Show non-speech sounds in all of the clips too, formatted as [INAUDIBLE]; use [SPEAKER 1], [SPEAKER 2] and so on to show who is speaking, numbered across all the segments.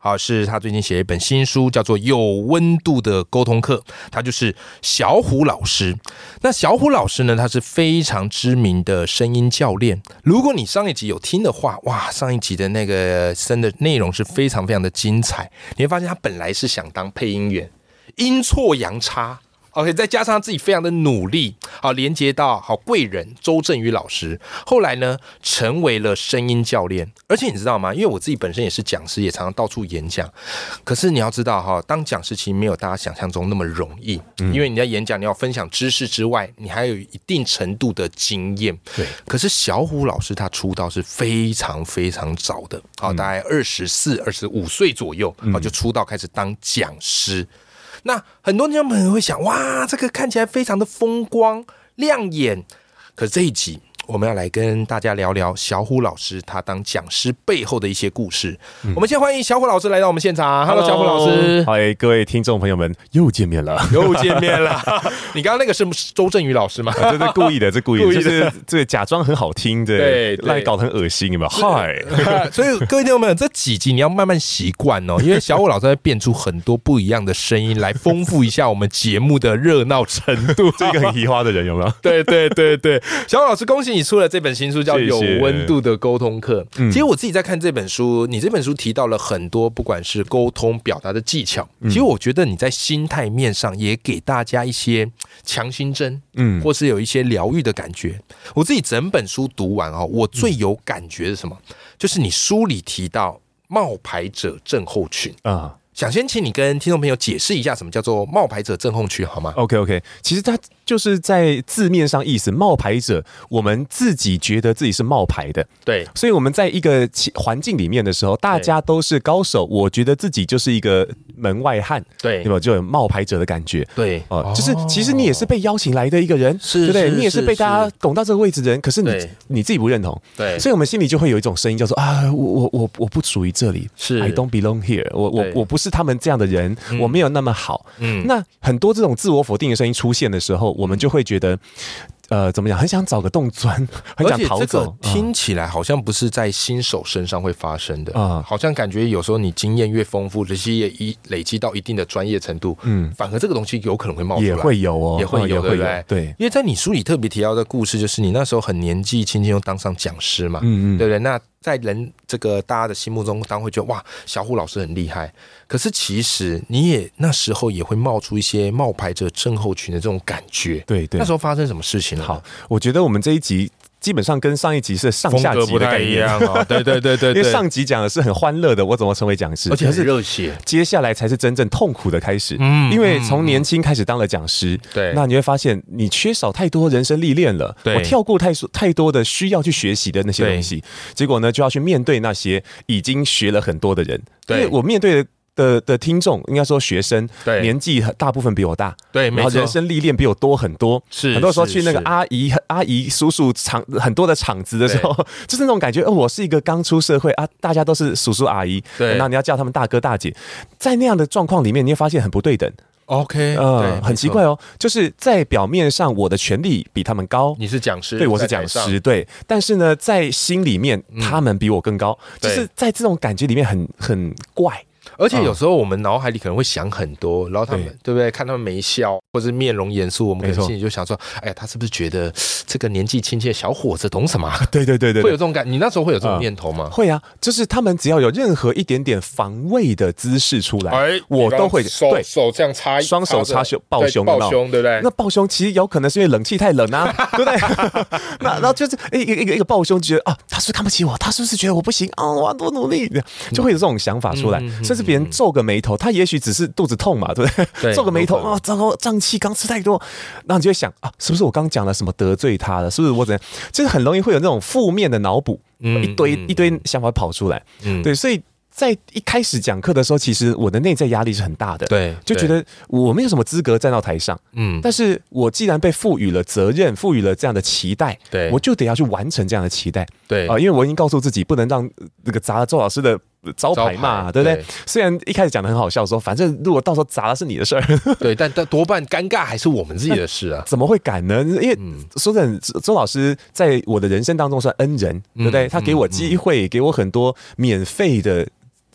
[SPEAKER 1] 好，是他最近写一本新书，叫做《有温度的沟通课》，他就是小虎老师。那小虎老师呢，他是非常知名的声音教练。如果你上一集有听的话，哇，上一集的那个真的内容是非常非常的精彩。你会发现他本来是想当配音员，阴错阳差。OK，再加上他自己非常的努力，好连接到好贵人周振宇老师，后来呢成为了声音教练。而且你知道吗？因为我自己本身也是讲师，也常常到处演讲。可是你要知道哈，当讲师其实没有大家想象中那么容易，因为你在演讲，你要分享知识之外，你还有一定程度的经验。
[SPEAKER 2] 对。
[SPEAKER 1] 可是小虎老师他出道是非常非常早的，好，大概二十四、二十五岁左右，好就出道开始当讲师。那很多听众朋友会想，哇，这个看起来非常的风光亮眼。可是这一集我们要来跟大家聊聊小虎老师他当讲师背后的一些故事。我们先欢迎小虎老师来到我们现场。Hello，小虎老师，
[SPEAKER 2] 嗨，各位听众朋友们，又见面
[SPEAKER 1] [LAUGHS]
[SPEAKER 2] 了。
[SPEAKER 1] 又见面了。你刚刚那个是周振宇老师吗？
[SPEAKER 2] 这是故意的，这故意
[SPEAKER 1] 故
[SPEAKER 2] 的，
[SPEAKER 1] 意的
[SPEAKER 2] 就是这假装很好听
[SPEAKER 1] 对
[SPEAKER 2] 对，
[SPEAKER 1] 对
[SPEAKER 2] 来搞得很恶心，有没有？嗨，
[SPEAKER 1] [LAUGHS] 所以各位听众朋友，这几集你要慢慢习惯哦，因为小虎老师会变出很多不一样的声音来丰富一下我们节目的热闹程 [LAUGHS] 度。
[SPEAKER 2] 这个很移花的人有没有？
[SPEAKER 1] 对对对对，小虎老师，恭喜你出了这本新书，叫《
[SPEAKER 2] 谢谢
[SPEAKER 1] 有温度的沟通课》。其实我自己在看这本书，你这本书提到了很多，不管是沟通表达的技巧，其实我觉得你在心态面上也给大家一些强心针， [LAUGHS] 嗯，
[SPEAKER 2] 嗯
[SPEAKER 1] 或是有一些疗愈的感觉。我自己整本书读完哦，我最有感觉是什么？就是你书里提到冒牌者症候群。
[SPEAKER 2] 啊
[SPEAKER 1] 想先请你跟听众朋友解释一下什么叫做冒牌者症候群好吗？
[SPEAKER 2] ，OK OK，其实他就是在字面上意思，冒牌者，我们自己觉得自己是冒牌的，
[SPEAKER 1] 对，
[SPEAKER 2] 所以我们在一个其环境里面的时候，大家都是高手，我觉得自己就是一个门外汉，
[SPEAKER 1] 对
[SPEAKER 2] 对吧？就有冒牌者的感觉。
[SPEAKER 1] 对，
[SPEAKER 2] 哦，就是其实你也是被邀请来的一个人，
[SPEAKER 1] 是
[SPEAKER 2] 对不对？
[SPEAKER 1] 是
[SPEAKER 2] 你也是
[SPEAKER 1] 是
[SPEAKER 2] 被大家拱到这个位置的人，可是你
[SPEAKER 1] 对
[SPEAKER 2] 你自己不认同，
[SPEAKER 1] 对
[SPEAKER 2] 所以我们心里就会有一种声音叫做啊，我我我我不属于这里，
[SPEAKER 1] 是
[SPEAKER 2] I don't belong here，我我
[SPEAKER 1] 对
[SPEAKER 2] 我不是他们这样的人，我没有那么好。
[SPEAKER 1] 嗯
[SPEAKER 2] 那很多这种自我否定的声音出现的时候，我们就会觉得，呃，怎么讲？很想找个洞钻，很
[SPEAKER 1] 而
[SPEAKER 2] 想
[SPEAKER 1] 且
[SPEAKER 2] 逃
[SPEAKER 1] 这个
[SPEAKER 2] 走。啊嗯
[SPEAKER 1] 听起来好像不是在新手身上会发生的啊
[SPEAKER 2] 啊，
[SPEAKER 1] 好像感觉有时候你经验越丰富，这些也一累积到一定的专业程度，嗯，反而这个东西有可能会冒出来，
[SPEAKER 2] 也会有哦，
[SPEAKER 1] 也会
[SPEAKER 2] 嗯
[SPEAKER 1] 有，对不对？
[SPEAKER 2] 对，
[SPEAKER 1] 因为在你书里特别提到的故事，就是你那时候很年纪轻轻就当上讲师嘛，
[SPEAKER 2] 嗯嗯
[SPEAKER 1] 啊对不对？那在人这个大家的心目中，当然会觉得哇，小虎老师很厉害。可是其实你也那时候也会冒出一些冒牌者症候群的这种感觉。
[SPEAKER 2] 对对
[SPEAKER 1] 那。时候发生什么事情了呢？
[SPEAKER 2] 好，我觉得我们这一集基本上跟上一集是上
[SPEAKER 1] 风
[SPEAKER 2] 下
[SPEAKER 1] 格
[SPEAKER 2] 集
[SPEAKER 1] 不
[SPEAKER 2] 的
[SPEAKER 1] 太
[SPEAKER 2] 概
[SPEAKER 1] 一
[SPEAKER 2] 念。
[SPEAKER 1] 样 [LAUGHS] 哦。对对对对
[SPEAKER 2] 因
[SPEAKER 1] 对，
[SPEAKER 2] 为上集讲的是很欢乐的，我怎么成为讲师，
[SPEAKER 1] 而且
[SPEAKER 2] 可
[SPEAKER 1] 很
[SPEAKER 2] 是
[SPEAKER 1] 热血，
[SPEAKER 2] 接下来才是真正痛苦的开始。
[SPEAKER 1] 嗯
[SPEAKER 2] 因为从年轻开始当了讲师，
[SPEAKER 1] 对
[SPEAKER 2] 那你会发现你缺少太多人生历练了，
[SPEAKER 1] 对
[SPEAKER 2] 我跳过太多太多的需要去学习的那些东西，结果呢就要去面对那些已经学了很多的人，
[SPEAKER 1] 对
[SPEAKER 2] 因为我面对的。的的听众应该说学生，
[SPEAKER 1] 对
[SPEAKER 2] 年纪很大部分比我大，
[SPEAKER 1] 对没
[SPEAKER 2] 然后
[SPEAKER 1] 错
[SPEAKER 2] 人生历练比我多很多，
[SPEAKER 1] 是
[SPEAKER 2] 很多时候
[SPEAKER 1] 是
[SPEAKER 2] 去那个啊
[SPEAKER 1] 是
[SPEAKER 2] 阿姨阿姨叔叔场很多的场子的时候， [LAUGHS] 就是那种感觉，哦，我是一个刚出社会啊，大家都是叔叔阿姨，
[SPEAKER 1] 对
[SPEAKER 2] 那你要叫他们大哥大姐，在那样的状况里面，你会发现很不对等，
[SPEAKER 1] OK，
[SPEAKER 2] 呃，很奇怪。哦，就是在表面上我的权利比他们高。
[SPEAKER 1] 你是讲师，
[SPEAKER 2] 对，我是讲
[SPEAKER 1] 在台上，嗯
[SPEAKER 2] 师，对，但是呢，在心里面他们比我更高，就
[SPEAKER 1] 对
[SPEAKER 2] 是在这种感觉里面很很
[SPEAKER 1] [LAUGHS]
[SPEAKER 2] 怪，
[SPEAKER 1] 而且有时候我们脑海里可能会想很多，然后他们
[SPEAKER 2] 嗯
[SPEAKER 1] 对
[SPEAKER 2] 对
[SPEAKER 1] 不对？看他们没笑，或是面容严肃，我们可
[SPEAKER 2] 没
[SPEAKER 1] 能
[SPEAKER 2] 错
[SPEAKER 1] 心里就想说：哎呀，他是不是觉得这个年纪轻轻的小伙子懂什
[SPEAKER 2] [LAUGHS]
[SPEAKER 1] 么啊？
[SPEAKER 2] 对对对对
[SPEAKER 1] 会
[SPEAKER 2] 对
[SPEAKER 1] 有这种感，你那时候会有这种
[SPEAKER 2] 嗯
[SPEAKER 1] 念头吗？
[SPEAKER 2] 会啊，就是他们只要有任何一点点防卫的姿势出来，
[SPEAKER 1] 哎
[SPEAKER 2] 我都会对
[SPEAKER 1] 手这样插
[SPEAKER 2] 双手插胸抱胸有没有
[SPEAKER 1] 对不对
[SPEAKER 2] 那抱胸其实有可能是因为冷气太冷啊， [LAUGHS] 对不对？ [LAUGHS] 那然后就是一个一个一个抱胸，觉得啊，他是不是看不起我，他是不是觉得我不行啊、我要多努力，就会有这种想法出来。
[SPEAKER 1] 嗯嗯嗯
[SPEAKER 2] 甚至别人皱个眉头，他也许只是肚子痛嘛，对不对？
[SPEAKER 1] 对
[SPEAKER 2] 皱个眉头
[SPEAKER 1] 有可能
[SPEAKER 2] 啊、哦，糟糕，胀气，刚吃太多，然后你就会想啊，是不是我刚讲了什么得罪他了？是不是我怎样？就是很容易会有那种负面的脑补，
[SPEAKER 1] 嗯
[SPEAKER 2] 一堆
[SPEAKER 1] 嗯
[SPEAKER 2] 一堆想法跑出来。
[SPEAKER 1] 嗯
[SPEAKER 2] 对，所以。在一开始讲课的时候，其实我的内在压力是很大的，，
[SPEAKER 1] 对，
[SPEAKER 2] 就觉
[SPEAKER 1] 对
[SPEAKER 2] 得我没有什么资格站到台上。
[SPEAKER 1] 嗯，
[SPEAKER 2] 但是我既然被赋予了责任，赋予了这样的期待，
[SPEAKER 1] 对
[SPEAKER 2] 我就得要去完成这样的期待
[SPEAKER 1] 对
[SPEAKER 2] 啊、因为我已经告诉自己不能让呃那个砸了周老师的呃招牌嘛，对不对？
[SPEAKER 1] 对
[SPEAKER 2] 虽然一开始讲的很好笑说反正如果到时候砸了是你的事儿，
[SPEAKER 1] 对，但但多半尴尬还是我们自己的事啊。
[SPEAKER 2] 怎么会敢呢？因为、说真的，周周老师在我的人生当中算恩人，对不对？他给我机会，给我很多免费的。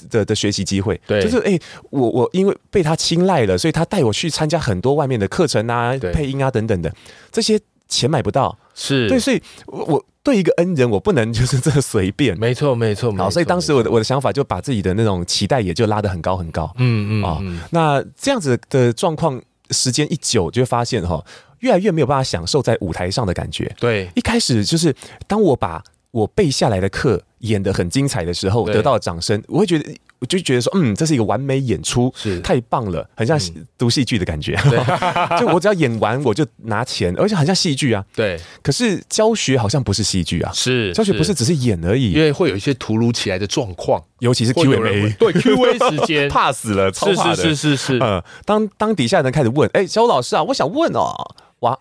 [SPEAKER 2] 的的学习机会，
[SPEAKER 1] 对
[SPEAKER 2] 就是哎、我我因为被他青睐了，所以他带我去参加很多外面的课程啊、
[SPEAKER 1] 对
[SPEAKER 2] 配音啊等等的，这些钱买不到，
[SPEAKER 1] 是，
[SPEAKER 2] [LAUGHS] 对，所以我我对一个恩人，我不能就是这随便。
[SPEAKER 1] 没错，没错，没
[SPEAKER 2] 好，
[SPEAKER 1] 错
[SPEAKER 2] 所以当时，我的我的想法就把自己的那种期待也就拉得很高很高。
[SPEAKER 1] 嗯嗯
[SPEAKER 2] 啊、
[SPEAKER 1] 嗯，
[SPEAKER 2] 那这样子的状况，时间一久就会发现哈，越来越没有办法享受在舞台上的感觉。
[SPEAKER 1] 对，
[SPEAKER 2] 一开始就是当我把我背下来的课演得很精彩的时候，
[SPEAKER 1] 对
[SPEAKER 2] 得到掌声，我会觉得。我就觉得说，嗯，这是一个完美演出，
[SPEAKER 1] 是嗯
[SPEAKER 2] 太棒了，很像读戏剧的感觉。 [LAUGHS] 就我只要演完，我就拿钱，而且很像戏剧啊。
[SPEAKER 1] 对，
[SPEAKER 2] 可是教学好像不是戏剧啊，
[SPEAKER 1] 是
[SPEAKER 2] 教学不是，只是演而
[SPEAKER 1] 因
[SPEAKER 2] 已，
[SPEAKER 1] 为会有一些突如其来的状况，
[SPEAKER 2] 尤其是
[SPEAKER 1] 会有人
[SPEAKER 2] Q&A，
[SPEAKER 1] 对 Q&A
[SPEAKER 2] [LAUGHS]
[SPEAKER 1] 时间，
[SPEAKER 2] 怕死了，超
[SPEAKER 1] 是
[SPEAKER 2] 怕的。
[SPEAKER 1] 是是是是，
[SPEAKER 2] 呃，当当底下人开始问，哎、肖老师啊，我想问哦，哇，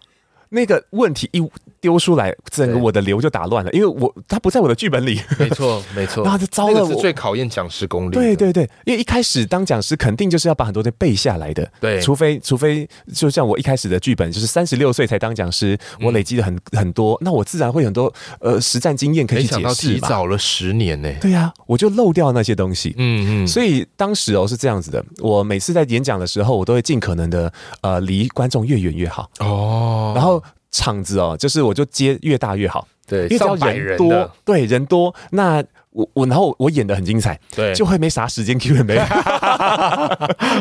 [SPEAKER 2] 那个问题一丢出来，整个
[SPEAKER 1] 对
[SPEAKER 2] 我的流就打乱了，因为我他不在我的剧本里，
[SPEAKER 1] [LAUGHS] 没错没错，
[SPEAKER 2] 那就糟
[SPEAKER 1] 那
[SPEAKER 2] 了
[SPEAKER 1] 个是
[SPEAKER 2] 我
[SPEAKER 1] 最考验讲师功力，
[SPEAKER 2] 对，对对，因为一开始当讲师肯定就是要把很多东西背下来的，
[SPEAKER 1] 对
[SPEAKER 2] 除非除非就像我一开始的剧本，就是三十六岁才当讲师，
[SPEAKER 1] 嗯
[SPEAKER 2] 我累积了很、很多，那我自然会有很多呃实战经验可
[SPEAKER 1] 没
[SPEAKER 2] 以去
[SPEAKER 1] 想
[SPEAKER 2] 解
[SPEAKER 1] 到提
[SPEAKER 2] 释嘛，
[SPEAKER 1] 早了十年呢，
[SPEAKER 2] 对呀、我就漏掉那些东西，
[SPEAKER 1] 嗯嗯，
[SPEAKER 2] 所以当时哦是这样子的，我每次在演讲的时候，我都会尽可能的呃离观众越远越好，
[SPEAKER 1] 哦，
[SPEAKER 2] 然后场子哦，就是我就接越大越好，
[SPEAKER 1] 对
[SPEAKER 2] 因为只要
[SPEAKER 1] 上百
[SPEAKER 2] 人
[SPEAKER 1] 人
[SPEAKER 2] 多，
[SPEAKER 1] 的
[SPEAKER 2] 对人多，那我我然后我演的很精彩，
[SPEAKER 1] 对
[SPEAKER 2] 就会没啥时
[SPEAKER 1] [LAUGHS]
[SPEAKER 2] 间 Q&A，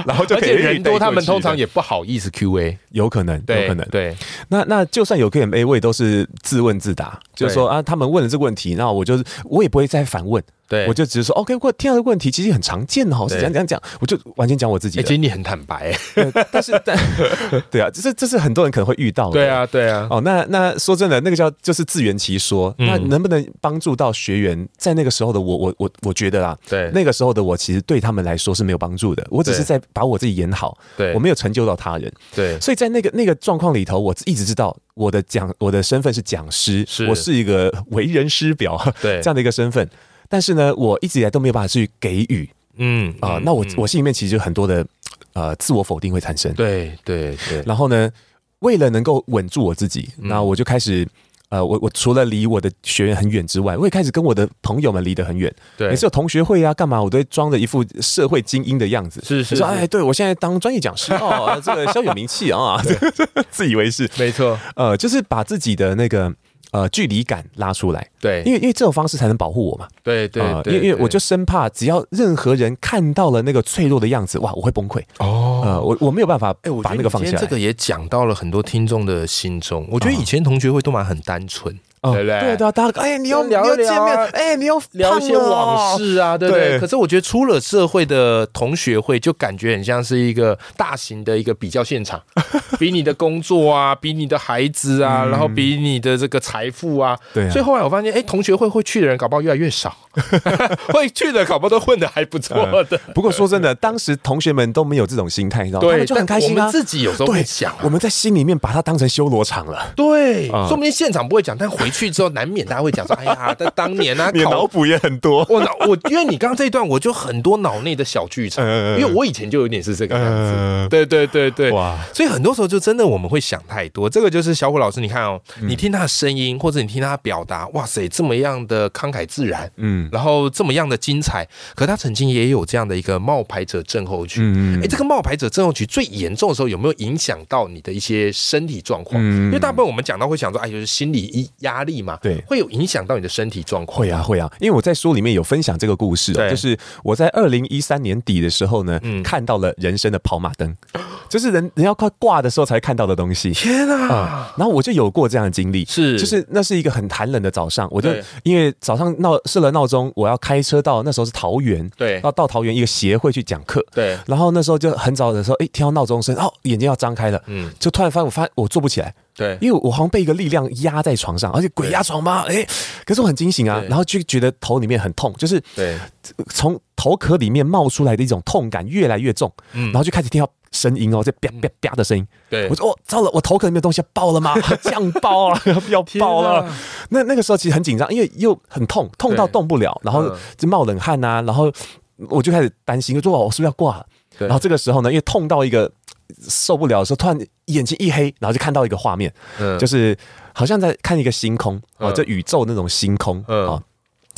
[SPEAKER 2] 然后就
[SPEAKER 1] 而
[SPEAKER 2] 可以
[SPEAKER 1] 且人多，
[SPEAKER 2] 带过去
[SPEAKER 1] 他们通常
[SPEAKER 2] 的
[SPEAKER 1] 也不好意思 Q&A，
[SPEAKER 2] 有可能，有
[SPEAKER 1] 对，
[SPEAKER 2] 可能。
[SPEAKER 1] 对，
[SPEAKER 2] 那那就算有 Q&A，我也都是自问自答，就是说啊，他们问了这个问题，那我就我也不会再反问，
[SPEAKER 1] 对，
[SPEAKER 2] 我就只是说 OK，我听到的问题其实很常见哦，是
[SPEAKER 1] 对
[SPEAKER 2] 讲讲讲，我就完全讲我自己
[SPEAKER 1] 哎，
[SPEAKER 2] 的。
[SPEAKER 1] 经理很坦白，
[SPEAKER 2] 但
[SPEAKER 1] [LAUGHS]
[SPEAKER 2] 是但对啊，这这是很多人可能会遇到的。
[SPEAKER 1] 对。啊对啊，
[SPEAKER 2] 哦，那那说真的，那个叫就是自圆其说。
[SPEAKER 1] 嗯
[SPEAKER 2] 那能不能帮助到学员？在那个时候的我，我我我觉得啦，
[SPEAKER 1] 对
[SPEAKER 2] 那个时候的我其实对他们来说是没有帮助的。我只是
[SPEAKER 1] 对
[SPEAKER 2] 在把我自己演好，
[SPEAKER 1] 对
[SPEAKER 2] 我没有成就到他人。
[SPEAKER 1] 对
[SPEAKER 2] 所以在那个那个状况里头，我一直知道我的讲我的身份是讲师，
[SPEAKER 1] 是
[SPEAKER 2] 我是一个为人师表
[SPEAKER 1] 对
[SPEAKER 2] [LAUGHS] 这样的一个身份。但是呢，我一直以来都没有办法去给予
[SPEAKER 1] 嗯
[SPEAKER 2] 啊、
[SPEAKER 1] 嗯
[SPEAKER 2] 那我我心里面其实有很多的呃自我否定会产生。
[SPEAKER 1] 对对对，
[SPEAKER 2] 然后呢，为了能够稳住我自己，
[SPEAKER 1] 嗯
[SPEAKER 2] 那我就开始。呃，我我除了离我的学员很远之外，我也开始跟我的朋友们离得很远。
[SPEAKER 1] 对
[SPEAKER 2] 每次有同学会啊，干嘛，我都会装着一副社会精英的样子。
[SPEAKER 1] 是是
[SPEAKER 2] 我说
[SPEAKER 1] 是
[SPEAKER 2] 哎，对我现在当专业讲师
[SPEAKER 1] [LAUGHS]
[SPEAKER 2] 哦，这个小有名气啊，自以为是。
[SPEAKER 1] 没错，
[SPEAKER 2] 呃，就是把自己的那个呃距离感拉出来，
[SPEAKER 1] 对
[SPEAKER 2] 因为因为这种方式才能保护我嘛。
[SPEAKER 1] 对对
[SPEAKER 2] 呃
[SPEAKER 1] 对，
[SPEAKER 2] 因为因为我
[SPEAKER 1] 对
[SPEAKER 2] 就生怕只要任何人看到了那个脆弱的样子，哇，我会崩溃。
[SPEAKER 1] 哦。
[SPEAKER 2] 呃，我我没有办法
[SPEAKER 1] 哎、我觉
[SPEAKER 2] 把
[SPEAKER 1] 得
[SPEAKER 2] 那
[SPEAKER 1] 你
[SPEAKER 2] 个放
[SPEAKER 1] 今
[SPEAKER 2] 下
[SPEAKER 1] 天
[SPEAKER 2] 来。
[SPEAKER 1] 这个也讲到了很多听众的心中。我觉得以前同学会都蛮很单纯，
[SPEAKER 2] 哦
[SPEAKER 1] 对不对
[SPEAKER 2] 对啊对啊，大家哎，你要
[SPEAKER 1] 就聊一
[SPEAKER 2] 你要见
[SPEAKER 1] 聊啊
[SPEAKER 2] 面，哎，你要
[SPEAKER 1] 聊一
[SPEAKER 2] 胖
[SPEAKER 1] 些
[SPEAKER 2] 了哦
[SPEAKER 1] 往，事啊，对不对？
[SPEAKER 2] 对
[SPEAKER 1] 可是我觉得出了社会的同学会，就感觉很像是一个大型的一个比较现场，比你的工作啊，比你的孩子啊，然后比你的这个财富啊。
[SPEAKER 2] 对啊
[SPEAKER 1] 所以后来我发现，哎，同学会会去的人，搞不好越来越少，会去的搞不好都混的还不错的。
[SPEAKER 2] 不过说真的，当时同学们都没有这种心态，你知道吗？他
[SPEAKER 1] 对，
[SPEAKER 2] 们就
[SPEAKER 1] 但
[SPEAKER 2] 很开心
[SPEAKER 1] 我
[SPEAKER 2] 啊
[SPEAKER 1] 们。自己有时候会
[SPEAKER 2] 对
[SPEAKER 1] 想、啊，，
[SPEAKER 2] 我们在心里面把它当成修罗场
[SPEAKER 1] [LAUGHS]
[SPEAKER 2] 了。
[SPEAKER 1] 对，
[SPEAKER 2] 啊
[SPEAKER 1] 说不定现场不会讲，但回去之后难免大家会讲说：“哎呀，但当年啊，考
[SPEAKER 2] 补也很多，
[SPEAKER 1] [LAUGHS] 我脑我，因为你刚刚这一段，我就很多脑内的小剧场，
[SPEAKER 2] 嗯嗯嗯
[SPEAKER 1] 因为我以前就有点是这个样子。
[SPEAKER 2] 嗯
[SPEAKER 1] 对对对对，
[SPEAKER 2] 哇
[SPEAKER 1] 所以很多时候就真的我们会想太多，这个就是小虎老师，你看哦，
[SPEAKER 2] 嗯
[SPEAKER 1] 你听他的声音或者你听他的表达，哇塞，这么样的慷慨自然，
[SPEAKER 2] 嗯
[SPEAKER 1] 然后这么样的精彩，可他曾经也有这样的一个冒牌者症候群。
[SPEAKER 2] 嗯
[SPEAKER 1] 哎，这个冒牌者症候群最严重的时候，有没有影响到你的一些身体状况？
[SPEAKER 2] 嗯
[SPEAKER 1] 因为大部分我们讲到会想说，哎，就是心理压力嘛，
[SPEAKER 2] 对
[SPEAKER 1] 会有影响到你的身体状况。
[SPEAKER 2] 会啊会啊，因为我在书里面有分享这个故事、哦，
[SPEAKER 1] 对
[SPEAKER 2] 就是我在二零一三年底的时候呢，
[SPEAKER 1] 嗯
[SPEAKER 2] 看到了人生的跑马灯，就是人人要快挂的时候才看到的东西。
[SPEAKER 1] 天啊！
[SPEAKER 2] 然后我就有过这样的经历，
[SPEAKER 1] 是
[SPEAKER 2] 就是那是一个很寒冷的早上，我就
[SPEAKER 1] 对
[SPEAKER 2] 因为早上闹设了闹钟，我要开车到那时候是桃园，
[SPEAKER 1] 对
[SPEAKER 2] 要到桃园一个协会去讲课，
[SPEAKER 1] 对
[SPEAKER 2] 然后那时候就很早的时候，哎，听到闹钟声，哦，眼睛要张开了，
[SPEAKER 1] 嗯
[SPEAKER 2] 嗯，就突然发现我发我坐不起来，
[SPEAKER 1] 对
[SPEAKER 2] 因为我好像被一个力量压在床上，而且鬼压床吗？哎、可是我很惊醒啊
[SPEAKER 1] 对，
[SPEAKER 2] 然后就觉得头里面很痛，就是
[SPEAKER 1] 对，
[SPEAKER 2] 从头壳里面冒出来的一种痛感越来越重，
[SPEAKER 1] 嗯
[SPEAKER 2] 然后就开始听到声音哦，这啪啪啪的声音。
[SPEAKER 1] 对
[SPEAKER 2] 我说哦，糟了，我头壳里面的东西要爆
[SPEAKER 1] [LAUGHS]
[SPEAKER 2] 了吗？酱爆了，要爆
[SPEAKER 1] 天
[SPEAKER 2] 了
[SPEAKER 1] 啊。
[SPEAKER 2] 那那个时候其实很紧张，因为又很痛，痛到
[SPEAKER 1] 对
[SPEAKER 2] 动不了，然后
[SPEAKER 1] 嗯
[SPEAKER 2] 就冒冷汗啊，然后我就开始担心，我说哇我是不是要挂了？
[SPEAKER 1] 对
[SPEAKER 2] 然后这个时候呢，因为痛到一个受不了的时候，突然眼睛一黑，然后就看到一个画面，
[SPEAKER 1] 嗯
[SPEAKER 2] 就是好像在看一个星空哦，
[SPEAKER 1] 嗯
[SPEAKER 2] 这宇宙那种星空
[SPEAKER 1] 嗯
[SPEAKER 2] 哦，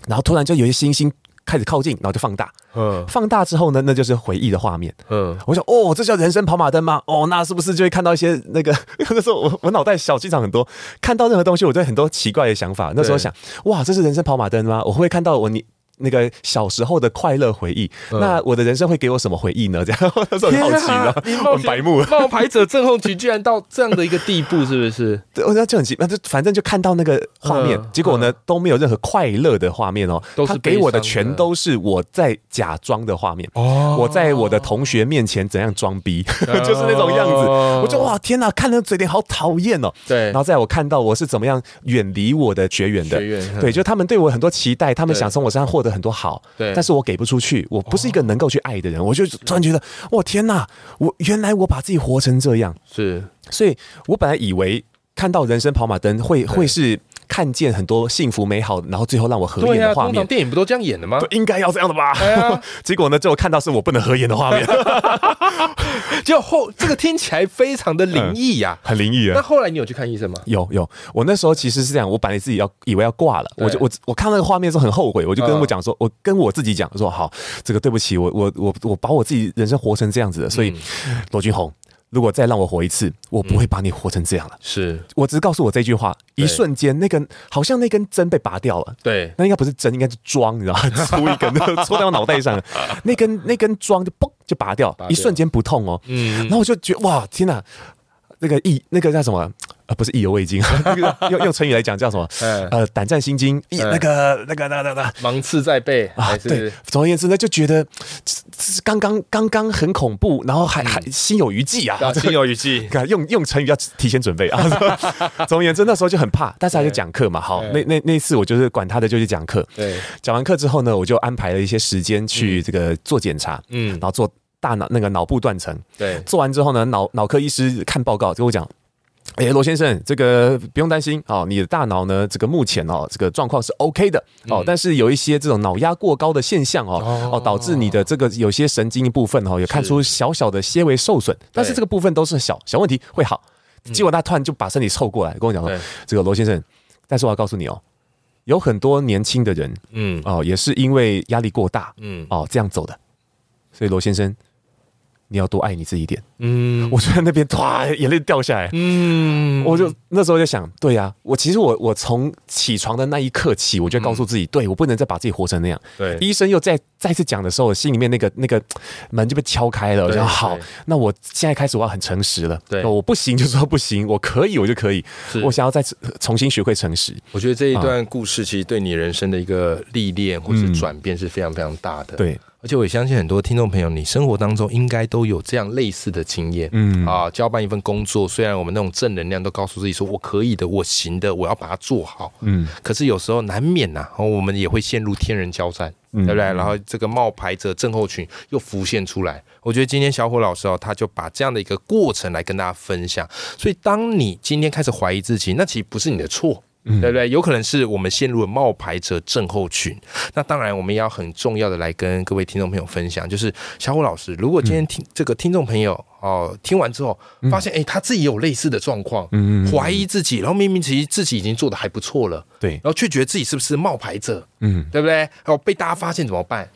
[SPEAKER 2] 然后突然就有一些星星开始靠近，然后就放大，
[SPEAKER 1] 嗯
[SPEAKER 2] 放大之后呢，那就是回忆的画面。
[SPEAKER 1] 嗯，
[SPEAKER 2] 我想，哦，这叫人生跑马灯吗？哦，那是不是就会看到一些那个？那时候我我脑袋小剧场很多，看到任何东西，我都有很多奇怪的想法。那时候想，哇，这是人生跑马灯吗？我会不会看到我你那个小时候的快乐回忆？那我的人生会给我什么回忆呢？这样， [LAUGHS] 我那时候很好奇
[SPEAKER 1] 嗯天啊
[SPEAKER 2] 的，
[SPEAKER 1] 你
[SPEAKER 2] 我很白目。
[SPEAKER 1] 冒牌者症候群居然到这样的一个地步，是不是？
[SPEAKER 2] 对我那就很奇，那就反正就看到那个画面
[SPEAKER 1] 嗯，
[SPEAKER 2] 结果呢都没有任何快乐的画面哦
[SPEAKER 1] 都，是
[SPEAKER 2] 他给我的
[SPEAKER 1] 悲伤的
[SPEAKER 2] 全都是我在假装的画面。
[SPEAKER 1] 哦
[SPEAKER 2] 我在我的同学面前怎样装
[SPEAKER 1] [LAUGHS]
[SPEAKER 2] 逼， [LAUGHS] 就是那种样子。
[SPEAKER 1] 哦
[SPEAKER 2] 我就哇，天哪，看那嘴脸好讨厌哦。
[SPEAKER 1] 对
[SPEAKER 2] 然后在我看到我是怎么样远离我的学员的
[SPEAKER 1] 学嗯员，
[SPEAKER 2] 对，就他们对我很多期待，他们
[SPEAKER 1] 对
[SPEAKER 2] 想从我身上获得很多好，
[SPEAKER 1] 对哦
[SPEAKER 2] 但是我给不出去，我不是一个能够去爱的人，我就突然觉得，哇，天哪，我原来我把自己活成这样，
[SPEAKER 1] 是
[SPEAKER 2] 所以我本来以为看到人生跑马灯会会是看见很多幸福美好，然后最后让我合
[SPEAKER 1] 对
[SPEAKER 2] 眼
[SPEAKER 1] 呀，
[SPEAKER 2] 的画
[SPEAKER 1] 通
[SPEAKER 2] 面
[SPEAKER 1] 常，电影不都这样演的吗
[SPEAKER 2] 对？应该要这样的吧？
[SPEAKER 1] 呀
[SPEAKER 2] [LAUGHS] 结果呢，就看到是我不能合眼的画
[SPEAKER 1] [LAUGHS]
[SPEAKER 2] 面，
[SPEAKER 1] 就后这个听起来非常的
[SPEAKER 2] 嗯
[SPEAKER 1] 灵异呀。
[SPEAKER 2] 很灵异
[SPEAKER 1] 那
[SPEAKER 2] 啊。
[SPEAKER 1] 后来你有去看医生吗？
[SPEAKER 2] [LAUGHS] 有有，我那时候其实是这样，我本来自己要以为要挂了，
[SPEAKER 1] 对
[SPEAKER 2] 我就我我看到那个画面的时候很后悔，我就跟
[SPEAKER 1] 嗯
[SPEAKER 2] 我讲说，我跟我自己讲说，好，这个对不起，我我我我把我自己人生活成这样子了，所以
[SPEAKER 1] 嗯
[SPEAKER 2] 罗君红，如果再让我活一次，我不会把你活成这样了。
[SPEAKER 1] 是，
[SPEAKER 2] 我只是告诉我这句话，
[SPEAKER 1] 嗯对
[SPEAKER 2] 一瞬间那根好像那根针被拔掉了，
[SPEAKER 1] 对，
[SPEAKER 2] 那应该不是针，应该是桩，你
[SPEAKER 1] [LAUGHS]
[SPEAKER 2] 知道吗？粗一根， [LAUGHS] 戳到我脑袋上了，那根那根桩就嘣就拔掉，
[SPEAKER 1] 掉
[SPEAKER 2] 一瞬间不痛哦。
[SPEAKER 1] 嗯
[SPEAKER 2] 然后我就觉得哇，天哪，那个意那个叫什么？呃，不是意犹未尽，啊
[SPEAKER 1] [LAUGHS]
[SPEAKER 2] 那 [LAUGHS] 个用用成语来讲叫什么？
[SPEAKER 1] 嗯
[SPEAKER 2] 呃，胆战心惊，意
[SPEAKER 1] 嗯
[SPEAKER 2] 那个那个那个那个。
[SPEAKER 1] 芒刺在背
[SPEAKER 2] 啊
[SPEAKER 1] 还，
[SPEAKER 2] 对
[SPEAKER 1] 哎是，
[SPEAKER 2] 总而言之呢，就觉得这这刚刚刚刚很恐怖，然后还还
[SPEAKER 1] 嗯
[SPEAKER 2] 心有余悸啊， [LAUGHS]
[SPEAKER 1] 啊心有余悸。
[SPEAKER 2] 看用用成语要提前准备啊。 [LAUGHS] 总而言之，那时候就很怕，但是还是讲课嘛。好，那
[SPEAKER 1] 对
[SPEAKER 2] 那那次我就是管他的，就去讲课。
[SPEAKER 1] 对，
[SPEAKER 2] 讲完课之后呢，我就安排了一些时间去这个做检查，
[SPEAKER 1] 嗯
[SPEAKER 2] [LAUGHS] 然，后做大脑那个脑部断层。
[SPEAKER 1] 对，
[SPEAKER 2] 做完之后呢，脑脑科医师看报告跟我讲。哎，罗先生，这个不用担心哦，你的大脑呢，这个目前哦，这个状况是 OK 的哦，但是有一些这种脑压过高的现象哦，
[SPEAKER 1] 嗯哦
[SPEAKER 2] 哦导致你的这个有些神经部分哦，有看出小小的些微受损，但是这个部分都是小小问题，会好。结果他突然就把身体凑过来跟我讲说
[SPEAKER 1] 嗯对，
[SPEAKER 2] 这个罗先生，但是我要告诉你哦，有很多年轻的人
[SPEAKER 1] 嗯
[SPEAKER 2] 哦，也是因为压力过大
[SPEAKER 1] 嗯
[SPEAKER 2] 哦这样走的，所以罗先生，你要多爱你自己一点。
[SPEAKER 1] 嗯
[SPEAKER 2] 我就在那边哇，眼泪掉下来。
[SPEAKER 1] 嗯
[SPEAKER 2] 我就那时候就想，对呀、我其实我我从起床的那一刻起，我就告
[SPEAKER 1] 嗯
[SPEAKER 2] 诉自己，对我不能再把自己活成那样。
[SPEAKER 1] 对
[SPEAKER 2] 医生又再再次讲的时候，我心里面那个那个门就被敲开了。我
[SPEAKER 1] 对
[SPEAKER 2] 想好
[SPEAKER 1] 对，
[SPEAKER 2] 那我现在开始我要很诚实了。
[SPEAKER 1] 对
[SPEAKER 2] 那我不行就说不行，我可以我就可以
[SPEAKER 1] 是，
[SPEAKER 2] 我想要再次重新学会诚实。
[SPEAKER 1] 我觉得这一
[SPEAKER 2] 啊
[SPEAKER 1] 段故事其实对你人生的一个历练或是转变是非常非常大的。，
[SPEAKER 2] 嗯对，
[SPEAKER 1] 而且我也相信很多听众朋友，你生活当中应该都有这样类似的经验。
[SPEAKER 2] 嗯
[SPEAKER 1] 啊，交办一份工作，虽然我们那种正能量都告诉自己说我可以的，我行的，我要把它做好。
[SPEAKER 2] 嗯，
[SPEAKER 1] 可是有时候难免呐、哦，我们也会陷入天人交战，
[SPEAKER 2] 嗯
[SPEAKER 1] 对不对？然后这个冒牌者症候群又浮现出来。我觉得今天小虎老师哦，他就把这样的一个过程来跟大家分享。所以，当你今天开始怀疑自己，那其实不是你的错。
[SPEAKER 2] 嗯
[SPEAKER 1] 对不对？有可能是我们陷入了冒牌者症候群。那当然，我们也要很重要的来跟各位听众朋友分享，就是小虎老师，如果今天
[SPEAKER 2] 嗯
[SPEAKER 1] 听、这个听众朋友哦，听完之后发现，哎、他自己有类似的状况，
[SPEAKER 2] 嗯嗯嗯
[SPEAKER 1] 怀疑自己，然后明明其实自己已经做的还不错了，
[SPEAKER 2] 对
[SPEAKER 1] 然，后却觉得自己是不是冒牌者，
[SPEAKER 2] 嗯，
[SPEAKER 1] 对不对？然后被大家发现怎么办？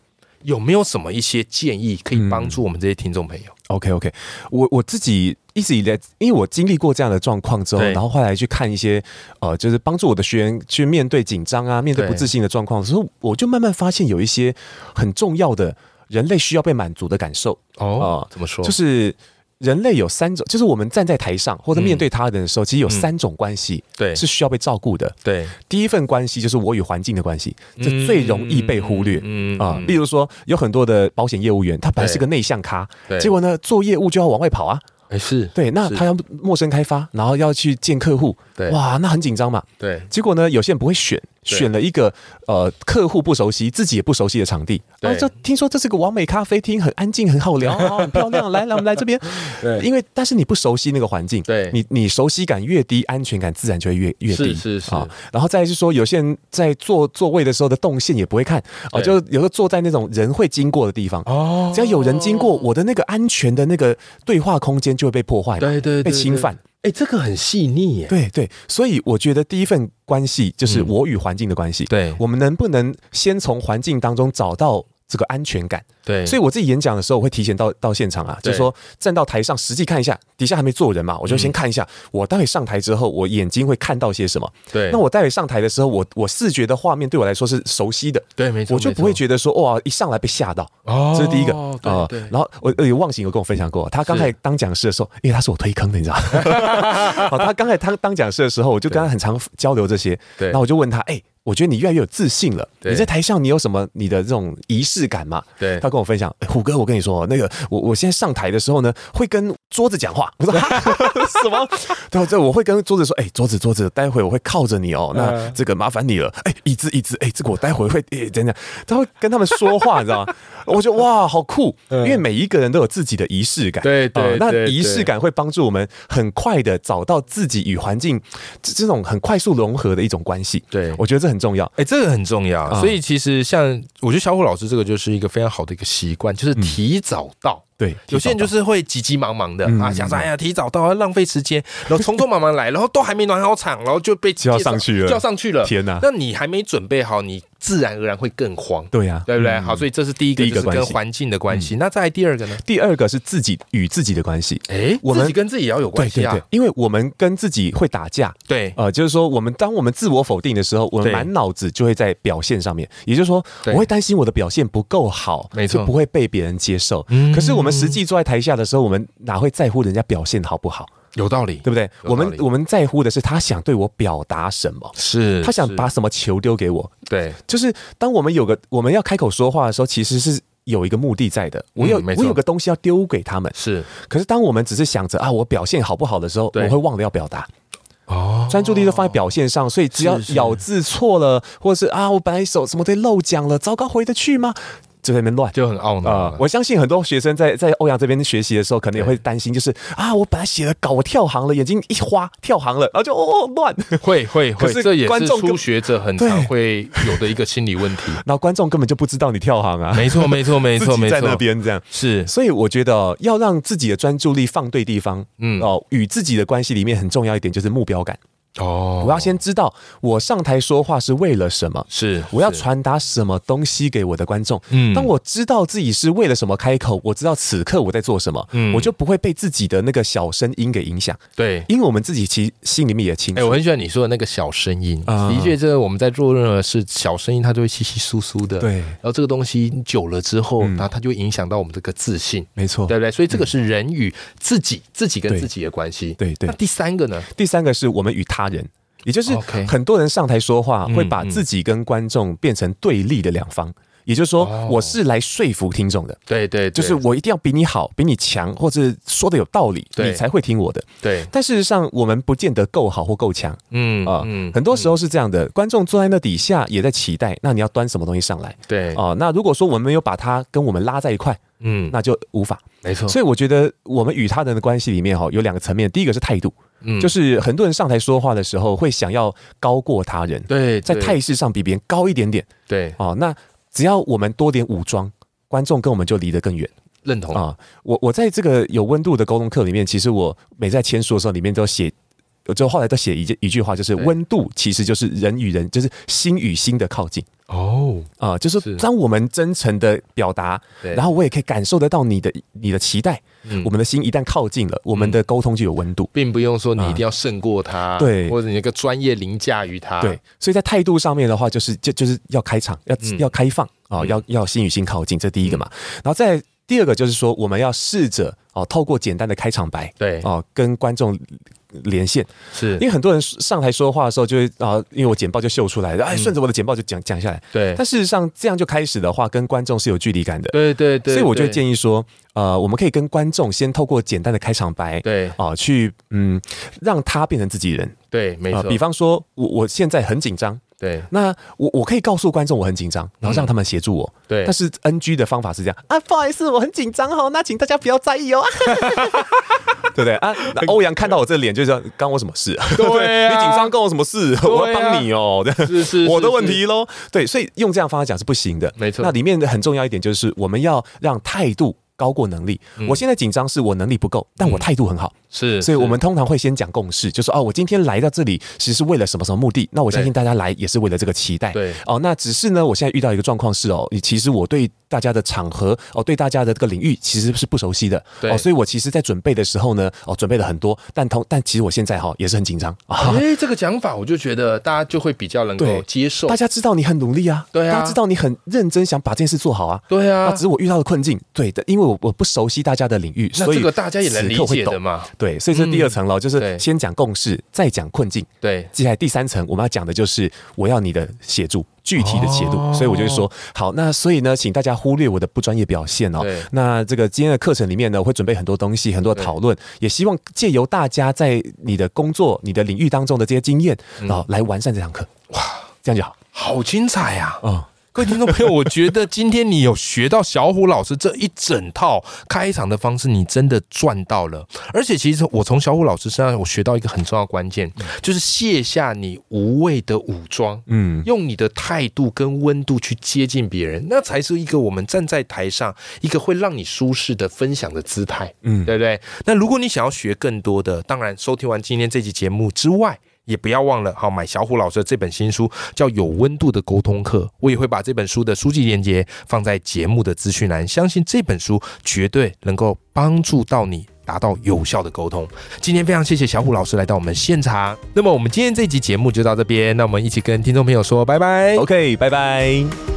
[SPEAKER 1] 有没有什么一些建议可以帮助我们这些听众朋友？
[SPEAKER 2] OK OK，我我自己一直以来，因为我经历过这样的状况之后，
[SPEAKER 1] 对
[SPEAKER 2] 然后后来去看一些呃，就是帮助我的学员去面对紧张啊，面对
[SPEAKER 1] 对
[SPEAKER 2] 不自信的状况，所以我就慢慢发现有一些很重要的人类需要被满足的感受，
[SPEAKER 1] 哦
[SPEAKER 2] 哦，
[SPEAKER 1] 怎么说？
[SPEAKER 2] 就是人类有三种，就是我们站在台上或者面对他人的时候，其实有三种关系
[SPEAKER 1] 对
[SPEAKER 2] 是需要被照顾的。
[SPEAKER 1] 对
[SPEAKER 2] 第一份关系就是我与环境的关系，这最容易被忽略。
[SPEAKER 1] 嗯
[SPEAKER 2] 啊，例如说有很多的保险业务员，他本来是个内向咖
[SPEAKER 1] 对，
[SPEAKER 2] 结果呢做业务就要往外跑啊。
[SPEAKER 1] 哎是
[SPEAKER 2] 对，那
[SPEAKER 1] 是
[SPEAKER 2] 他要陌生开发，然后要去见客户，
[SPEAKER 1] 对
[SPEAKER 2] 哇，那很紧张嘛。
[SPEAKER 1] 对
[SPEAKER 2] 结果呢，有些人不会选，
[SPEAKER 1] 对
[SPEAKER 2] 选了一个呃客户不熟悉、自己也不熟悉的场地。
[SPEAKER 1] 对
[SPEAKER 2] 然后就听说这是个完美咖啡厅，很安静，很好
[SPEAKER 1] [LAUGHS]
[SPEAKER 2] 聊，啊很漂亮。来，来，我们来这边。
[SPEAKER 1] 对
[SPEAKER 2] 因为但是你不熟悉那个环境，
[SPEAKER 1] 对
[SPEAKER 2] 你你熟悉感越低，安全感自然就会越越
[SPEAKER 1] 是
[SPEAKER 2] 低。
[SPEAKER 1] 是是
[SPEAKER 2] 啊。然后再来是说，有些人在坐座位的时候的动线也不会看，哦、
[SPEAKER 1] 对
[SPEAKER 2] 就有时候坐在那种人会经过的地方。啊
[SPEAKER 1] 哦
[SPEAKER 2] 只要有人经过，我的那个安全的那个对话空间就会被破坏嘛，
[SPEAKER 1] 对对对
[SPEAKER 2] 被侵犯。。
[SPEAKER 1] 对哎，这个很细腻耶。
[SPEAKER 2] 对对，所以我觉得第一份关系
[SPEAKER 1] 嗯
[SPEAKER 2] 就是我与环境的关系。
[SPEAKER 1] 对
[SPEAKER 2] 我们能不能先从环境当中找到这个安全感？
[SPEAKER 1] 对
[SPEAKER 2] 所以我自己演讲的时候，我会提前到到现场啊，
[SPEAKER 1] 对
[SPEAKER 2] 就是说站到台上，实际看一下，底下还没坐人嘛，我就
[SPEAKER 1] 嗯
[SPEAKER 2] 先看一下，我待会上台之后，我眼睛会看到些什么。
[SPEAKER 1] 对
[SPEAKER 2] 那我待会上台的时候，我我视觉的画面对我来说是熟悉的，
[SPEAKER 1] 对没错，
[SPEAKER 2] 我就
[SPEAKER 1] 没
[SPEAKER 2] 不会
[SPEAKER 1] 错
[SPEAKER 2] 觉得说哇，一上来被吓到。
[SPEAKER 1] 哦
[SPEAKER 2] 这是第一个
[SPEAKER 1] 对
[SPEAKER 2] 啊
[SPEAKER 1] 对，
[SPEAKER 2] 然后我呃，忘形有跟我分享过，他刚才
[SPEAKER 1] 是
[SPEAKER 2] 当讲师的时候，因为他是我推坑的，你
[SPEAKER 1] [LAUGHS]
[SPEAKER 2] 知道吗？好，他刚才当当讲师的时候，我就跟他很常交流这些，
[SPEAKER 1] 对
[SPEAKER 2] 然后我就问他，哎、我觉得你越来越有自信了。
[SPEAKER 1] 对
[SPEAKER 2] 你在台上，你有什么你的这种仪式感吗？
[SPEAKER 1] 对
[SPEAKER 2] 他跟我分享，哎虎哥，我跟你说，那个我我现在上台的时候呢，会跟桌子讲话。我说哈 [LAUGHS] 什么？对，这我会跟桌子说，哎、桌子桌子，待会我会靠着你哦，那
[SPEAKER 1] 嗯
[SPEAKER 2] 这个麻烦你了。哎、椅子椅子，哎、这个我待会会，哎、等等，他会跟他们说话，你知道吗？我觉得哇，好酷，因为每一个人都有自己的仪式感。
[SPEAKER 1] 嗯对对
[SPEAKER 2] 呃
[SPEAKER 1] 对
[SPEAKER 2] 那
[SPEAKER 1] 对
[SPEAKER 2] 仪式感会帮助我们很快的找到自己与环境这这种很快速融合的一种关系。
[SPEAKER 1] 对
[SPEAKER 2] 我觉啊得这很重要。
[SPEAKER 1] 哎、这个很重要，所以其实像我觉得小虎老师这个就是一个非常好的一个习惯，就是
[SPEAKER 2] 嗯
[SPEAKER 1] 提早到。
[SPEAKER 2] 对，
[SPEAKER 1] 有些人就是是会急急忙忙的、
[SPEAKER 2] 嗯
[SPEAKER 1] 啊，想说哎呀提早到啊浪费时间，然后匆匆忙忙来，然后都还没暖好场，然后就被
[SPEAKER 2] 就要
[SPEAKER 1] 介绍
[SPEAKER 2] 上去了
[SPEAKER 1] 就要上去了。
[SPEAKER 2] 天哪
[SPEAKER 1] 那你还没准备好，你自然而然会更慌，
[SPEAKER 2] 对啊嗯呀、
[SPEAKER 1] 对不对？好，所以这是第一个，
[SPEAKER 2] 第一个
[SPEAKER 1] 就是
[SPEAKER 2] 关
[SPEAKER 1] 跟
[SPEAKER 2] 系
[SPEAKER 1] 环境的关系。那再来第二个呢？
[SPEAKER 2] 第二个是自己与自己的关系。
[SPEAKER 1] 哎，
[SPEAKER 2] 嗯我们
[SPEAKER 1] 自己跟自己也要有关
[SPEAKER 2] 对
[SPEAKER 1] 系
[SPEAKER 2] 对
[SPEAKER 1] 啊
[SPEAKER 2] 对，，因为我们跟自己会打架，
[SPEAKER 1] 对
[SPEAKER 2] 呃，就是说，我们当我们自我否定的时候，我们
[SPEAKER 1] 对
[SPEAKER 2] 满脑子就会在表现上面，也就是说，
[SPEAKER 1] 对
[SPEAKER 2] 我会担心我的表现不够好，
[SPEAKER 1] 没错
[SPEAKER 2] 就不会被别人接受。
[SPEAKER 1] 嗯
[SPEAKER 2] 可是我们实际坐在台下的时候，我们哪会在乎人家表现好不好，
[SPEAKER 1] 有道理，
[SPEAKER 2] 对不对？
[SPEAKER 1] 有道
[SPEAKER 2] 我
[SPEAKER 1] 理
[SPEAKER 2] 们我们在乎的是他想对我表达什么，
[SPEAKER 1] 是
[SPEAKER 2] 他想
[SPEAKER 1] 是
[SPEAKER 2] 把什么球丢给我。
[SPEAKER 1] 对
[SPEAKER 2] 就是当我们有个我们要开口说话的时候，其实是有一个目的在的，我有、
[SPEAKER 1] 嗯没错
[SPEAKER 2] 我有个东西要丢给他们。
[SPEAKER 1] 是
[SPEAKER 2] 可是当我们只是想着啊，我表现好不好的时候，我
[SPEAKER 1] 对
[SPEAKER 2] 会忘了要表达，
[SPEAKER 1] 哦，
[SPEAKER 2] 专注力都放在表现上，所以只要
[SPEAKER 1] 是是
[SPEAKER 2] 咬字错了，或者是啊，我本来手什么对漏讲了，糟糕，回得去吗？就在那边乱。
[SPEAKER 1] 就很懊恼
[SPEAKER 2] 啊、
[SPEAKER 1] 了。
[SPEAKER 2] 我相信很多学生在在欧阳这边学习的时候，可能也
[SPEAKER 1] 对
[SPEAKER 2] 会担心，就是啊，我本来写了稿，我跳行了，眼睛一花跳行了，然后就哦哦
[SPEAKER 1] [LAUGHS]
[SPEAKER 2] 乱，
[SPEAKER 1] 会会
[SPEAKER 2] 可
[SPEAKER 1] 会，
[SPEAKER 2] 是
[SPEAKER 1] 这也
[SPEAKER 2] 观
[SPEAKER 1] 是
[SPEAKER 2] 众跟
[SPEAKER 1] 初学者很常会有的一个心理问
[SPEAKER 2] [LAUGHS]
[SPEAKER 1] 题。
[SPEAKER 2] 然后观众根本就不知道你跳行啊，
[SPEAKER 1] 没
[SPEAKER 2] [LAUGHS]
[SPEAKER 1] 错，没错，没
[SPEAKER 2] 自
[SPEAKER 1] 错，
[SPEAKER 2] 己
[SPEAKER 1] 没
[SPEAKER 2] 在那
[SPEAKER 1] 错，
[SPEAKER 2] 边这样。
[SPEAKER 1] 是
[SPEAKER 2] 所以我觉得哦要让自己的专注力放对地方，
[SPEAKER 1] 嗯
[SPEAKER 2] 嗯哦，与自己的关系里面很重要一点就是目标感。
[SPEAKER 1] 哦
[SPEAKER 2] 我要先知道我上台说话是为了什么，
[SPEAKER 1] 是
[SPEAKER 2] 我要
[SPEAKER 1] 是
[SPEAKER 2] 传达什么东西给我的观众。
[SPEAKER 1] 嗯
[SPEAKER 2] 当我知道自己是为了什么开口，我知道此刻我在做什么，
[SPEAKER 1] 嗯
[SPEAKER 2] 我就不会被自己的那个小声音给影响，
[SPEAKER 1] 对。
[SPEAKER 2] 因为我们自己其实心里面也清
[SPEAKER 1] 哎、
[SPEAKER 2] 楚。
[SPEAKER 1] 我很喜欢你说的那个小声音，
[SPEAKER 2] 啊
[SPEAKER 1] 的确，这个我们在做任何事，小声音它就会稀稀疏疏的。
[SPEAKER 2] 对
[SPEAKER 1] 然后这个东西久了之
[SPEAKER 2] 嗯
[SPEAKER 1] 后，然后它就会影响到我们这个自信，
[SPEAKER 2] 没错
[SPEAKER 1] 对，不对？所以这个是人与自己、自己跟
[SPEAKER 2] 哦嗯对
[SPEAKER 1] 自己的关系。
[SPEAKER 2] 对对
[SPEAKER 1] 那第三个呢？
[SPEAKER 2] 第三个是我们与他人。也就是
[SPEAKER 1] OK
[SPEAKER 2] 很多人上台说话，
[SPEAKER 1] 嗯
[SPEAKER 2] 会把自己跟观众变成对立的两方。也就是说
[SPEAKER 1] 哦，
[SPEAKER 2] 我是来说服听众的，
[SPEAKER 1] 对对对
[SPEAKER 2] 就是我一定要比你好，比你强，或者说的有道理，
[SPEAKER 1] 对
[SPEAKER 2] 你才会听我的。
[SPEAKER 1] 对，
[SPEAKER 2] 但事实上，我们不见得够好或够强
[SPEAKER 1] 嗯
[SPEAKER 2] 啊。很多时候是这样的，观众坐在那底下也在期待，那你要端什么东西上来
[SPEAKER 1] 对，
[SPEAKER 2] 啊？那如果说我们没有把它跟我们拉在一块，
[SPEAKER 1] 嗯，
[SPEAKER 2] 那就无法。
[SPEAKER 1] 没错，
[SPEAKER 2] 所以我觉得我们与他人的关系里面哦哈，有两个层面，第一个是态度，
[SPEAKER 1] 嗯
[SPEAKER 2] 就是很多人上台说话的时候会想要高过他人，
[SPEAKER 1] 对，
[SPEAKER 2] 在
[SPEAKER 1] 对
[SPEAKER 2] 态势上比别人高一点点
[SPEAKER 1] 对
[SPEAKER 2] 哦。那只要我们多点武装，观众跟我们就离得更远
[SPEAKER 1] 认同，
[SPEAKER 2] 啊。我我在这个有温度的沟通课里面，其实我每在签书的时候，里面都写。我就后来都写一句一句话，就是
[SPEAKER 1] 对
[SPEAKER 2] 温度其实就是人与人，就是心与心的靠近
[SPEAKER 1] 哦，
[SPEAKER 2] 啊、就是
[SPEAKER 1] 是
[SPEAKER 2] 当我们真诚的表达，
[SPEAKER 1] 对
[SPEAKER 2] 然后我也可以感受得到你的你的期待，
[SPEAKER 1] 嗯
[SPEAKER 2] 我们的心一旦靠近了，我们的沟通就有温度。
[SPEAKER 1] 并不用说你一定要胜过他，
[SPEAKER 2] 啊对
[SPEAKER 1] 或者你那个专业凌驾于他，
[SPEAKER 2] 对，所以在态度上面的话，就是就就是要开场，要、
[SPEAKER 1] 嗯
[SPEAKER 2] 要开放啊、
[SPEAKER 1] 嗯
[SPEAKER 2] 要要心与心靠近，这第一个嘛。然后再第二个就是说，我们要试着哦，透过简单的开场白，
[SPEAKER 1] 对
[SPEAKER 2] 哦，跟观众连线，
[SPEAKER 1] 是
[SPEAKER 2] 因为很多人上台说话的时候，就会啊，因为我简报就秀出来了，哎，顺着我的简报就讲讲下来。
[SPEAKER 1] 嗯对
[SPEAKER 2] 但事实上，这样就开始的话，跟观众是有距离感的。
[SPEAKER 1] 对对对，
[SPEAKER 2] 所以我就
[SPEAKER 1] 议
[SPEAKER 2] 建议说，呃，我们可以跟观众先透过简单的开场白，
[SPEAKER 1] 对
[SPEAKER 2] 啊、去嗯，让他变成自己人
[SPEAKER 1] 对，没
[SPEAKER 2] 啊、
[SPEAKER 1] 错，
[SPEAKER 2] 比方说，我我现在很紧张， [LAUGHS]
[SPEAKER 1] 对
[SPEAKER 2] 那我我可以告诉观众我很紧张，然后让他们协助我。
[SPEAKER 1] 对
[SPEAKER 2] 但是 NG 的方法是这样啊，不好意思，我很紧张哦，那请大家不要在意哦。 [LAUGHS] 对不对啊？那 [LAUGHS] 欧阳看到我这脸，就说干我什么事？
[SPEAKER 1] 对啊
[SPEAKER 2] [LAUGHS] 你紧张干我什么事？我要帮你哦，这样
[SPEAKER 1] 是是是
[SPEAKER 2] 我的问题喽。对，所以用这样方法讲是不行的。
[SPEAKER 1] 没错
[SPEAKER 2] 那里面的很重要一点就是，我们要让态度高过能力。我现在紧张是我能力不够，但我态度很好。
[SPEAKER 1] 嗯是，
[SPEAKER 2] 所
[SPEAKER 1] 是
[SPEAKER 2] 以我们通常会先讲共识，就说哦，我今天来到这里其实是为了什么什么目的？那我相信大家来也是为了这个期待。
[SPEAKER 1] 对
[SPEAKER 2] 哦，那只是呢，我现在遇到一个状况是哦，其实我对大家的场合哦，对大家的这个领域其实是不熟悉的。
[SPEAKER 1] 对
[SPEAKER 2] 哦，所以我其实在准备的时候呢，哦，准备了很多，但同但其实我现在哈、也是很紧张啊。
[SPEAKER 1] 哎，这个讲法我就觉得大家就会比较能够
[SPEAKER 2] 对
[SPEAKER 1] 接受
[SPEAKER 2] 大，家知道你很努力啊，
[SPEAKER 1] 对啊
[SPEAKER 2] 大家知道你很认真想把这件事做好啊。
[SPEAKER 1] 对
[SPEAKER 2] 那
[SPEAKER 1] 啊
[SPEAKER 2] 只，是我遇到的困境，对的，因为我我不熟悉大家的领域，
[SPEAKER 1] 那
[SPEAKER 2] 所以
[SPEAKER 1] 这个大家也能理
[SPEAKER 2] 此刻会
[SPEAKER 1] 解
[SPEAKER 2] 抖
[SPEAKER 1] 的。嘛，嗯
[SPEAKER 2] 对，所以这是第二层了，就
[SPEAKER 1] 对
[SPEAKER 2] 是先讲共识，再讲困境，
[SPEAKER 1] 对
[SPEAKER 2] 接下来第三层我们要讲的就是我要你的协助，具体的协助。
[SPEAKER 1] 哦
[SPEAKER 2] 所以我就会说，好，那所以呢，请大家忽略我的不专业表现哦
[SPEAKER 1] 对。
[SPEAKER 2] 那这个今天的课程里面呢，我会准备很多东西，很多讨论，也希望借由大家在你的工作、你的领域当中的这些经验，
[SPEAKER 1] 嗯
[SPEAKER 2] 然后来完善这堂课。哇，这样就好。
[SPEAKER 1] 好精彩啊！
[SPEAKER 2] 嗯，
[SPEAKER 1] 各位听众朋友，我觉得今天你有学到小虎老师这一整套开场的方式，你真的赚到了。而且，其实我从小虎老师身上，我学到一个很重要的关键，就是卸下你无谓的武装，嗯，用你的态度跟温度去接近别人，那才是一个我们站在台上一个会让你舒适的分享的姿态，嗯，对不对？那如果你想要学更多的，当然收听完今天这期节目之外。也不要忘了，好买小虎老师的这本新书，叫《有温度的沟通课》。我也会把这本书的书籍链接放在节目的资讯栏，相信这本书绝对能够帮助到你。达到有效的沟通。今天非常谢谢小虎老师来到我们现场。那么我们今天这集节目就到这边，那我们一起跟听众朋友说拜拜。
[SPEAKER 2] OK，拜拜。